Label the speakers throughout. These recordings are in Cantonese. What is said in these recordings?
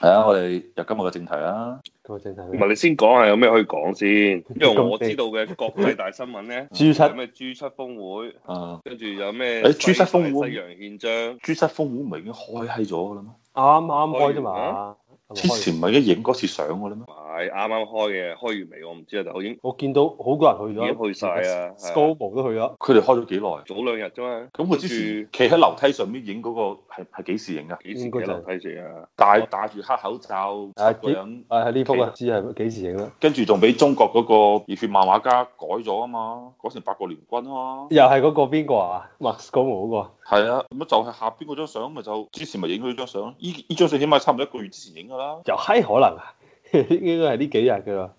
Speaker 1: 係啊，我哋入今日嘅正題啊啦。
Speaker 2: 個啊正題
Speaker 3: 唔係你先講下有咩可以講先，因為我知道嘅國際大新聞咧
Speaker 2: G 七
Speaker 3: 有咩 G 七峰會，
Speaker 1: 啊，
Speaker 3: 跟住有咩
Speaker 1: 誒 G7 峰會
Speaker 3: 西洋憲章，
Speaker 1: 朱漆峰會唔係已經開閪咗嘅啦咩？
Speaker 2: 啱啱啊開啫嘛，
Speaker 3: 啊
Speaker 1: 之前唔係已經影過一次相嘅啦咩？
Speaker 3: 係啱啱開嘅，開完未我唔知啊，但我已經
Speaker 2: 我見到好多人去咗，
Speaker 3: 已經去晒啊係啊
Speaker 2: s c o b o 都去咗，
Speaker 1: 佢哋開咗幾耐？
Speaker 3: 早兩日啫嘛。
Speaker 1: 咁佢之前企喺樓梯上面影嗰個係係幾時影啊？
Speaker 3: 幾時
Speaker 2: 應
Speaker 3: 幾
Speaker 2: 該就係
Speaker 3: 樓梯住啊？
Speaker 1: 戴戴住黑口罩，
Speaker 2: 啊
Speaker 1: 個人
Speaker 2: 啊喺呢幅啊，知係幾時影啦，
Speaker 1: 跟住仲俾中國嗰個熱血漫畫家改咗啊嘛，改成八國聯軍啊嘛。
Speaker 2: 又係嗰個邊個啊？Max s c o b o 嗰個啊，
Speaker 1: 係啊，咁就係下邊嗰張相咪就之前咪影咗呢張相，依依張相起碼差唔多一個月之前影㗎啦，
Speaker 2: 又閪可能啊， 應該係呢幾日㗎啦，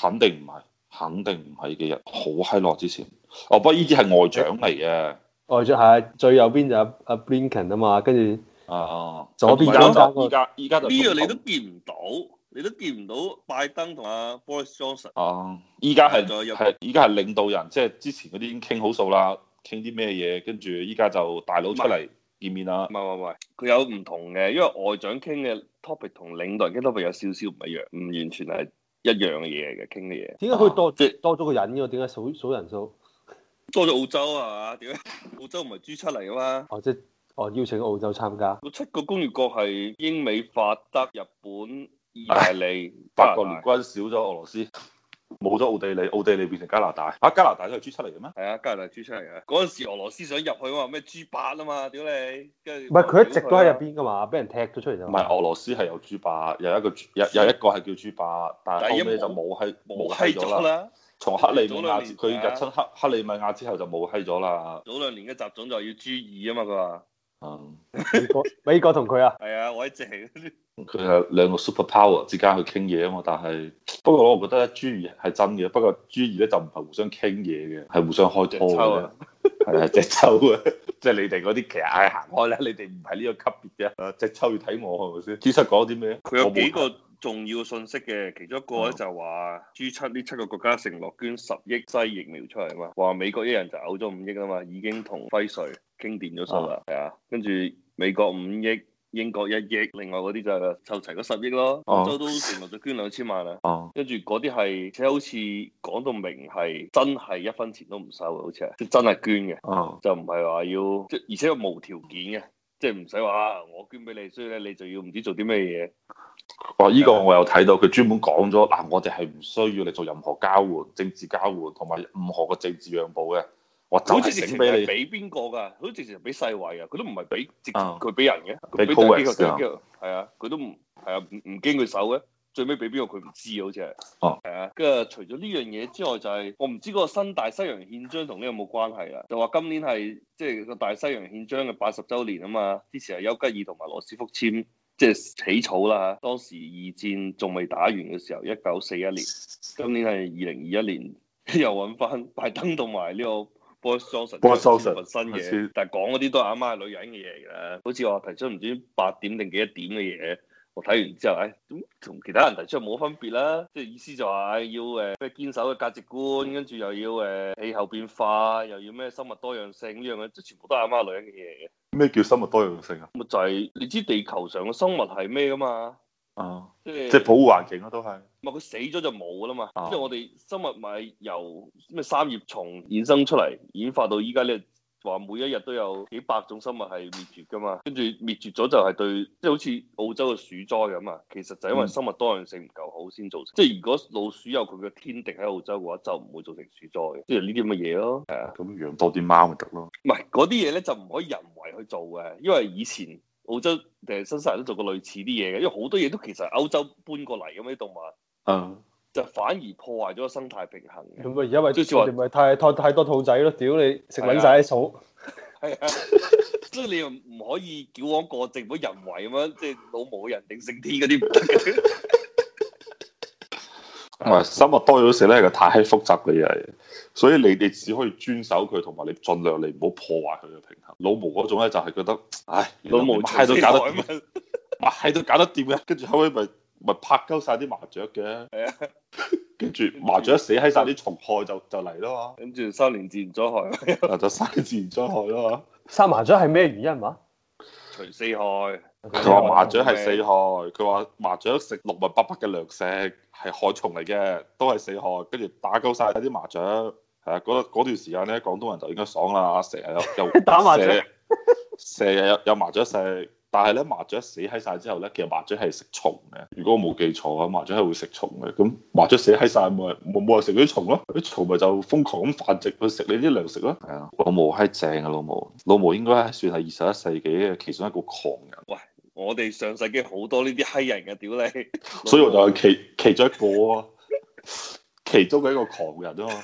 Speaker 1: 肯定唔係，肯定唔係呢幾日，好閪耐之前。哦，不過呢啲係外長嚟嘅，
Speaker 2: 外咗係哦啊最右邊就阿阿 Blinken 啊嘛，跟住
Speaker 1: 啊，
Speaker 2: 左邊
Speaker 1: 咁
Speaker 2: 左邊
Speaker 1: 依家依家就
Speaker 3: 呢樣你都
Speaker 1: 總
Speaker 3: 見唔到，你都見唔到拜登同阿 Boris Johnson
Speaker 1: 統。啊，依家係
Speaker 3: 左右
Speaker 1: 係依家係領導人，即係之前嗰啲已經傾好數啦，傾啲咩嘢，跟住依家就大佬出
Speaker 3: 啊
Speaker 1: 嚟見面啦
Speaker 3: 唔。係唔係，佢有唔同嘅，因為外長傾嘅 topic 同領導人傾 topic 有少少唔一樣，唔完全係一樣嘅嘢嚟嘅傾嘅嘢。
Speaker 2: 點解佢多
Speaker 3: 啊即係
Speaker 2: 多咗個人嘅？點解數數人數？
Speaker 3: 多咗澳洲啊嘛？點解澳洲唔係 G 七嚟啊嘛？
Speaker 2: 哦，即係哦邀請澳洲參加，
Speaker 3: 嗰七個工業國係英美法德日本意大利
Speaker 1: 法
Speaker 3: 法
Speaker 1: 國
Speaker 3: 國
Speaker 1: 聯
Speaker 3: 聯
Speaker 1: 軍少咗俄羅斯，冇咗奧地利，奧地利變成加拿大。啊，加拿大都係 G 七嚟嘅咩？
Speaker 3: 係啊，加拿大 G 七嚟嘅。嗰陣時俄羅斯想入去啊嘛，咩 G 八啊嘛，屌你！跟
Speaker 2: 唔
Speaker 3: 住
Speaker 2: 係佢一直都喺
Speaker 3: 啊
Speaker 2: 入邊㗎嘛，俾人踢咗出嚟就
Speaker 1: 唔係俄羅斯係有 G 八，有一個 G- 有有一個係叫 G 八，但係
Speaker 3: 但係
Speaker 1: 後
Speaker 3: 已經
Speaker 1: 尾就
Speaker 3: 冇
Speaker 1: 冇閪
Speaker 3: 冇
Speaker 1: 冇
Speaker 3: 閪
Speaker 1: 閪
Speaker 3: 咗
Speaker 1: 咗啦。
Speaker 3: 啦。
Speaker 1: 從克里米亞之佢
Speaker 3: 早兩年
Speaker 1: 入侵克克里米亞之後就冇閪咗啦。
Speaker 3: 早兩年嘅習總就話要 G 二啊嘛，佢話
Speaker 1: 嗯，
Speaker 2: 美國美國同佢啊，
Speaker 3: 係啊，我喺正。
Speaker 1: 佢係兩個 super power 之間去傾嘢啊嘛，但係不過我覺得咧 G 二係真嘅，不過 G 二咧就唔係互相傾嘢嘅，係互相開拖
Speaker 3: 隻抽
Speaker 1: 嘅
Speaker 3: 啊，
Speaker 1: 係啊 隻抽啊，即係你哋嗰啲其實係行開啦，你哋唔係呢個級別嘅，啊隻抽要睇我係咪先？G 七講啲咩？
Speaker 3: 佢有
Speaker 1: 我冇
Speaker 3: 幾個重要信息嘅，其中一個咧就話 G 七呢七個國家承諾捐十億劑疫苗出嚟嘛，話美國一人就嘔咗五億啊嘛，已經同輝瑞傾掂咗數啦，係啊，跟住美國五億。英國一億，另外嗰啲就湊齊嗰十億咯。
Speaker 1: 哦
Speaker 3: 澳洲都承諾咗捐兩千萬啦，
Speaker 1: 哦，
Speaker 3: 跟住嗰啲係，而且好似講到明係真係一分錢都唔收嘅，好似係，即係真係捐嘅。
Speaker 1: 哦，
Speaker 3: 就唔係話要，即係而且又無條件嘅，即係唔使話啊我捐俾你，所以咧你就要唔知做啲咩嘢。
Speaker 1: 哦，依個我有睇到，佢專門講咗嗱，我哋係唔需要你做任何交換、政治交換同埋任何個政治讓步嘅，我就
Speaker 3: 好似
Speaker 1: 係
Speaker 3: 直
Speaker 1: 醒
Speaker 3: 情
Speaker 1: 俾你
Speaker 3: 係。俾邊個㗎？好似直情俾世衞啊！佢都唔係俾直
Speaker 1: 啊
Speaker 3: 佢俾人嘅，佢
Speaker 1: 俾
Speaker 3: 俾大機
Speaker 1: COVAX
Speaker 3: 構大機構係啊，佢都唔係啊，唔唔經佢手嘅。最尾俾邊個佢唔知啊，好似係。
Speaker 1: 哦。
Speaker 3: 係啊，跟住除咗呢樣嘢之外，就係、我唔知嗰個新大西洋憲章同呢有冇關係啦。就話今年係即係個大西洋憲章嘅八十週年啊嘛，之前係丘吉爾同埋羅斯福簽。即係起草啦嚇，當時二戰仲未打完嘅時候，一九四一年，今年係二零二一年， 又揾翻 拜登同埋呢個 Boris Johnson
Speaker 1: Boris Johnson，
Speaker 3: 簽份新嘢
Speaker 1: 先，
Speaker 3: 但係講嗰啲都係阿媽係女人嘅嘢嚟㗎，好似我提出唔知八點定幾多點嘅嘢。我睇完之後，唉，咁同其他人提出冇分別啦，即係意思就話唉要誒咩堅守嘅價值觀，跟住又要誒氣候變化，又要咩生物多樣性呢樣嘢，即係全部都係阿媽女人嘅嘢嚟嘅。
Speaker 1: 咩叫生物多樣性啊？
Speaker 3: 咪就係你知地球上嘅生物係咩㗎嘛？
Speaker 1: 啊，
Speaker 3: 即係
Speaker 1: 即係保護環境咯，啊都係。
Speaker 3: 唔係佢死咗就冇啦嘛，
Speaker 1: 啊
Speaker 3: 即係我哋生物咪由咩三葉蟲衍生出嚟，演化到依家咧，話每一日都有幾百種生物係滅絕噶嘛，跟住滅絕咗就係對，即係好似澳洲嘅鼠災咁啊，其實就因為
Speaker 1: 嗯
Speaker 3: 生物多樣性唔夠好先造成，即係如果老鼠有佢嘅天敵喺澳洲嘅話，就唔會造成鼠災嘅，即係呢啲咁嘅嘢咯。
Speaker 1: 咁養多啲貓咪得咯。
Speaker 3: 唔係嗰啲嘢咧就唔可以人為去做嘅，因為以前澳洲定係新西蘭都做過類似啲嘢嘅，因為好多嘢都其實係歐洲搬過嚟咁啲動物。啊
Speaker 1: 嗯。
Speaker 3: 就反而破壞咗個生態平衡嘅。
Speaker 2: 咁咪啊因為
Speaker 3: 即係話啊
Speaker 2: 你咪太太太多兔仔咯，屌你食撚晒啲草。
Speaker 3: 係啊，所以你又唔可以矯枉過正，唔好人為咁樣， 即係老毛人定勝天嗰啲唔得嘅。
Speaker 1: 唔係啊生物多樣性咧係個太複雜嘅嘢嚟嘅，所以你哋只可以遵守佢，同埋你盡量你唔好破壞佢嘅平衡。老毛嗰種咧就係覺得，唉，
Speaker 3: 老毛
Speaker 1: 乜閪都 搞 得掂，
Speaker 3: 得，
Speaker 1: 乜閪都搞得掂嘅，跟住後尾咪咪拍鳩晒啲麻雀 嘅，
Speaker 3: 係啊，
Speaker 1: 跟住麻雀死喺晒啲蟲害就就嚟 啊啦
Speaker 3: 跟住三年自然災害，
Speaker 1: 嘛，就生自然災害啦嘛。
Speaker 2: 殺麻雀係咩原因話？
Speaker 3: 除四害，
Speaker 1: 佢話麻雀係死害，佢話麻雀食六文八匹嘅糧食係害蟲嚟嘅，都係死害。跟住打鳩晒啲麻雀，係啊，嗰嗰段時間咧，廣東人就應該爽啦，啊成日有有
Speaker 2: 打麻雀
Speaker 1: 成日，成日有有麻雀食。但係咧，麻雀死喺晒之後咧，其實麻雀係食蟲嘅。如果我冇記錯啊，麻雀係會食蟲嘅。咁麻雀死喺晒，冇人冇冇人食嗰啲蟲咯，啲蟲咪就瘋狂咁繁殖去食你啲糧食咯。係啊，老毛閪正啊，老毛，老毛應該係算係二十一世紀嘅其中一個狂人。
Speaker 3: 我哋上世紀好多呢啲閪人嘅，屌 你！
Speaker 1: 所以我就係其其中一個啊，其中嘅一個狂人啊嘛。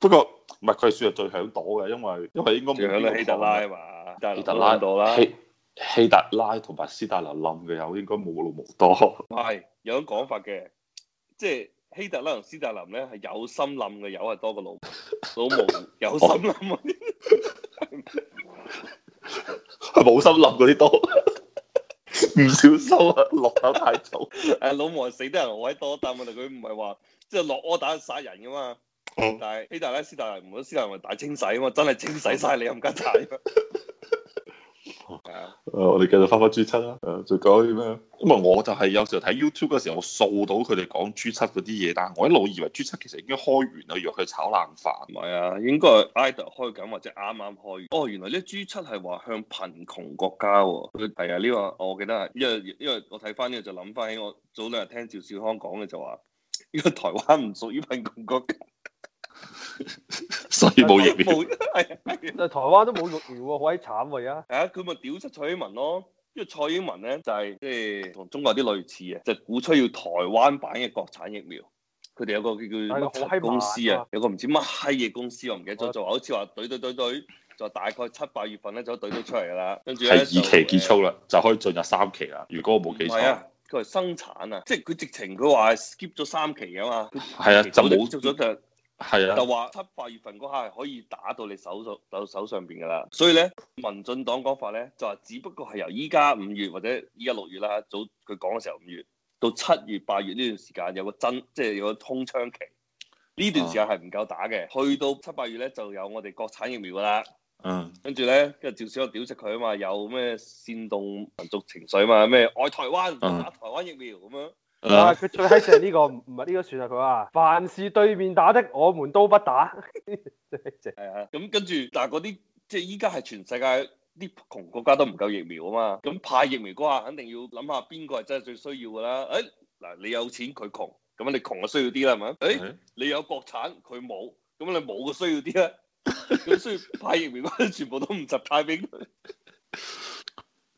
Speaker 1: 不過唔係佢算係最響到嘅，因為因為應該
Speaker 3: 仲
Speaker 1: 冇
Speaker 3: 有
Speaker 1: 呢個
Speaker 3: 希特拉
Speaker 1: 狂人
Speaker 3: 嘛，但
Speaker 1: 希
Speaker 3: 係
Speaker 1: 特
Speaker 3: 諗
Speaker 1: 拉
Speaker 3: 到啦，
Speaker 1: 希希特拉同埋斯大林冧嘅有應該冇老毛多。
Speaker 3: 唔係有種講法嘅，即係希特拉同斯大林咧係有心冧嘅友係多過老毛老毛有心冧啊，
Speaker 1: 係冇心冧嗰啲多， 唔小心啊，落手太早。
Speaker 3: 誒 老毛係死得人好鬼多，但係問題佢唔係話即係落柯打殺人噶嘛，
Speaker 1: 嗯
Speaker 3: 但係希特拉斯大林唔好斯大林係大清洗啊嘛，真係清洗晒你冚 家鏟啊。係啊
Speaker 1: 誒、我哋繼續翻翻 G 七啦。誒、就講啲咩？因為我就係有時候睇 YouTube 嗰時候，我掃到佢哋講 G 七嗰啲嘢，但係我一路以為 G 七其實已經開完啦，以為佢炒冷飯。
Speaker 3: 唔係啊，應該係 IDA 開緊或者啱啱開完。哦，原來呢 G 七係話向貧窮國家喎、佢係啊，呢、個我記得係，因為因為我睇翻呢個就諗翻起我早兩日聽趙少康講嘅就話，呢個台灣唔屬於貧窮國家，
Speaker 1: 所以冇疫苗。
Speaker 3: 冇係啊係啊
Speaker 2: 但係台灣都冇疫苗喎，好閪慘喎而家。
Speaker 3: 係啊，佢咪屌出蔡英文咯。因為蔡英文咧就係即係同中國有啲類似嘅，就鼓吹要台灣版嘅國產疫苗。佢哋有個叫
Speaker 2: 但係佢
Speaker 3: 叫
Speaker 2: 好
Speaker 3: 乜柒
Speaker 2: 閪
Speaker 3: 公司
Speaker 2: 慢啊
Speaker 3: 啊，有個唔知乜閪嘢公司，我唔記得咗，就話好似話懟懟懟懟，就大概七八月份咧就懟到出嚟㗎啦。跟住
Speaker 1: 係
Speaker 3: 咧
Speaker 1: 二期結
Speaker 3: 就呃
Speaker 1: 束啦，就可以進入三期啦。如果我冇記
Speaker 3: 唔
Speaker 1: 錯，
Speaker 3: 係啊
Speaker 1: 係，
Speaker 3: 佢係生產啊，即係佢直情佢話係 skip 咗三期啊嘛。
Speaker 1: 係啊就冇
Speaker 3: 接咗就。就
Speaker 1: 啊，
Speaker 3: 話七八月份嗰下係可以打到你手上手手上邊㗎啦，所以咧民進黨講法咧就話，只不過係由依家五月或者依家六月啦，早佢講嘅時候五月到七月八月呢段時間有個真即係有個空窗期，呢段時間係唔夠打嘅，去到七八月咧就有我哋國產疫苗㗎啦。
Speaker 1: 嗯，
Speaker 3: 跟住咧，跟住趙少康屌食佢啊嘛，有咩煽動民族情緒啊嘛，咩愛台灣
Speaker 1: 嗯
Speaker 3: 打台灣疫苗咁樣，
Speaker 2: 啊！
Speaker 1: 啊
Speaker 2: 佢最閪正呢個唔唔係呢個算啊！佢話凡是對面打的，我們都不打。最閪正
Speaker 3: 係啊，咁跟住，但係嗰啲即係依家係全世界啲窮國家都唔夠疫苗啊嘛，咁派疫苗嗰下肯定要諗下邊個係真係最需要㗎啦。誒、嗱，你有錢佢窮，咁你窮就需要啲啦，係咪？誒、
Speaker 1: 係
Speaker 3: 你有國產佢冇，咁你冇嘅需要啲啦。咁所以派疫苗嗰啲全部都唔集派俾佢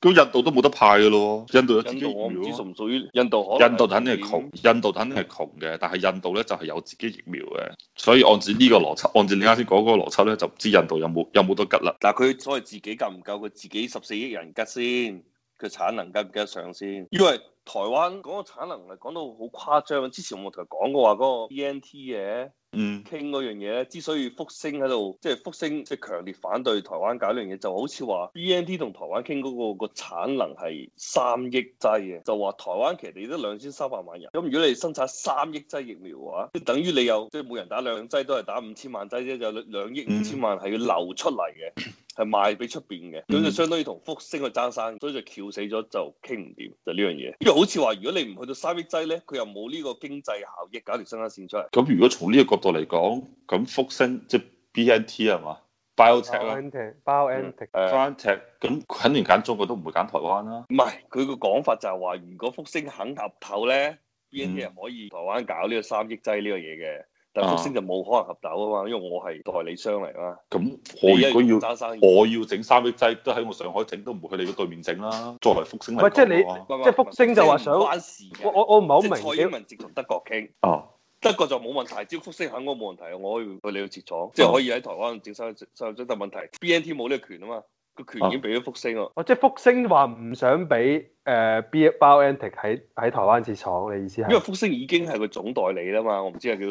Speaker 1: 咁印度都冇得派嘅咯喎，印度有自己
Speaker 3: 印
Speaker 1: 疫
Speaker 3: 度，我唔知
Speaker 1: 苗
Speaker 3: 屬
Speaker 1: 啊。
Speaker 3: 唔屬於印度可能
Speaker 1: 印度肯定係
Speaker 3: 重點
Speaker 1: 窮，印度肯定係窮嘅，但係印度咧就係有自己疫苗嘅，所以按照呢個邏輯，按照你啱先講嗰個邏輯咧，就唔知印度有冇有冇得吉啦。
Speaker 3: 嗱，佢所謂自己夠唔夠佢自己十四億人吉先，佢產能夠唔夠得上先？因為台灣嗰個產能係講到好誇張，之前我咪同佢講過話嗰個 ENT 嘅
Speaker 1: 嗯，
Speaker 3: 傾嗰樣嘢咧，之所以福星喺度即係福星即係強烈反對台灣搞呢樣嘢，就好似話 ENT 同台灣傾嗰、個、個產能係三億劑嘅，就話台灣其實你都兩千三百萬人，咁如果你生產三億劑疫苗嘅話，即係等於你有即係每人打兩劑都係打五千萬劑啫，就兩兩億五千萬係要流出嚟嘅。係賣俾出邊嘅，咁就
Speaker 1: 嗯
Speaker 3: 相當於同福星去爭生意，所以就翹死咗就傾唔掂，就呢樣嘢。因為好似話，如果你唔去到三億劑咧，佢又冇呢個經濟效益搞條生產線出嚟。
Speaker 1: 咁如果從呢個角度嚟講，咁復星即係 BNT 係嘛，BioNTech
Speaker 3: 啊
Speaker 2: 包
Speaker 3: 哦
Speaker 1: 啦
Speaker 2: n t 包 n t
Speaker 3: 誒
Speaker 1: b i n t e c 咁肯定揀中國都唔會揀台灣啦。
Speaker 3: 唔係，佢個講法就係話，如果福星肯合頭咧，BNT 係可以台灣搞呢個三億劑呢個嘢嘅，但
Speaker 1: 嗯啊
Speaker 3: 福星就冇可能合頭啊嘛，因為我係代理商嚟啊嘛。
Speaker 1: 咁
Speaker 3: 你
Speaker 1: 我
Speaker 3: 一
Speaker 1: 哦如果
Speaker 3: 樣
Speaker 1: 要
Speaker 3: 爭生意，
Speaker 1: 我要整三億劑，都喺我上海整，都唔會去你嗰對面整啦。作為復星嚟講
Speaker 2: 喂即係你
Speaker 1: 嘅話
Speaker 3: 啊唔係
Speaker 2: 即係福星就話想
Speaker 3: 唔關事嘅
Speaker 2: 我我我唔
Speaker 3: 嗯即
Speaker 2: 係
Speaker 3: 係
Speaker 2: 好
Speaker 3: 蔡英
Speaker 2: 明嘅，
Speaker 3: 文直同德國傾，
Speaker 1: 啊，
Speaker 3: 德國就冇問題，只要福星肯我冇問題，我可以去你去設
Speaker 1: 啊
Speaker 3: 廠，即係可以喺台灣整生生產，但問題 BNT 冇呢個權啊嘛，個權已經俾咗福星啊。
Speaker 2: 我哦即係福星話唔想俾誒 B 包 n t 喺喺台灣設廠，你意思
Speaker 3: 因為
Speaker 2: 係？
Speaker 3: 福星已經係個總代理啦嘛，我唔知係叫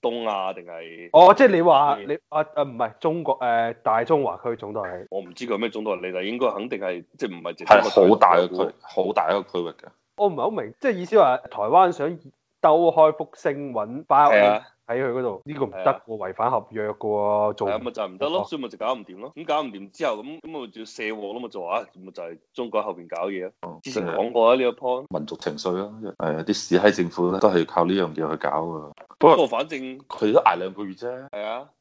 Speaker 3: 東亞定係
Speaker 2: 哦，即係你話
Speaker 3: 嗯
Speaker 2: 你啊啊唔係中國誒、呃大中華區總代理，
Speaker 3: 我唔知佢咩總代理，但應該肯定係即係唔係直
Speaker 1: 係好大嘅區，好大一個區域嘅。
Speaker 2: 我唔係好明，即係意思話台灣想鬥開福星揾包 n
Speaker 3: 係
Speaker 2: t
Speaker 3: 啊，
Speaker 2: 喺佢嗰度，呢、個唔得
Speaker 3: 係啊
Speaker 2: 喎，違反合約嘅喎，做
Speaker 3: 係啊，
Speaker 2: 唔
Speaker 3: 咪就係唔得咯，所以咪就搞唔掂咯。咁搞唔掂之後，咁咁咪就要卸鑊咯，咪就話啊咪就係中國喺後邊搞嘢咯。
Speaker 1: 哦
Speaker 3: 之前講過啊啦呢個 point，
Speaker 1: 民族情緒啦，誒啲屎閪政府咧都係靠呢樣嘢去搞噶。
Speaker 3: 不過反正
Speaker 1: 佢都捱兩個月啫，
Speaker 3: 係啊，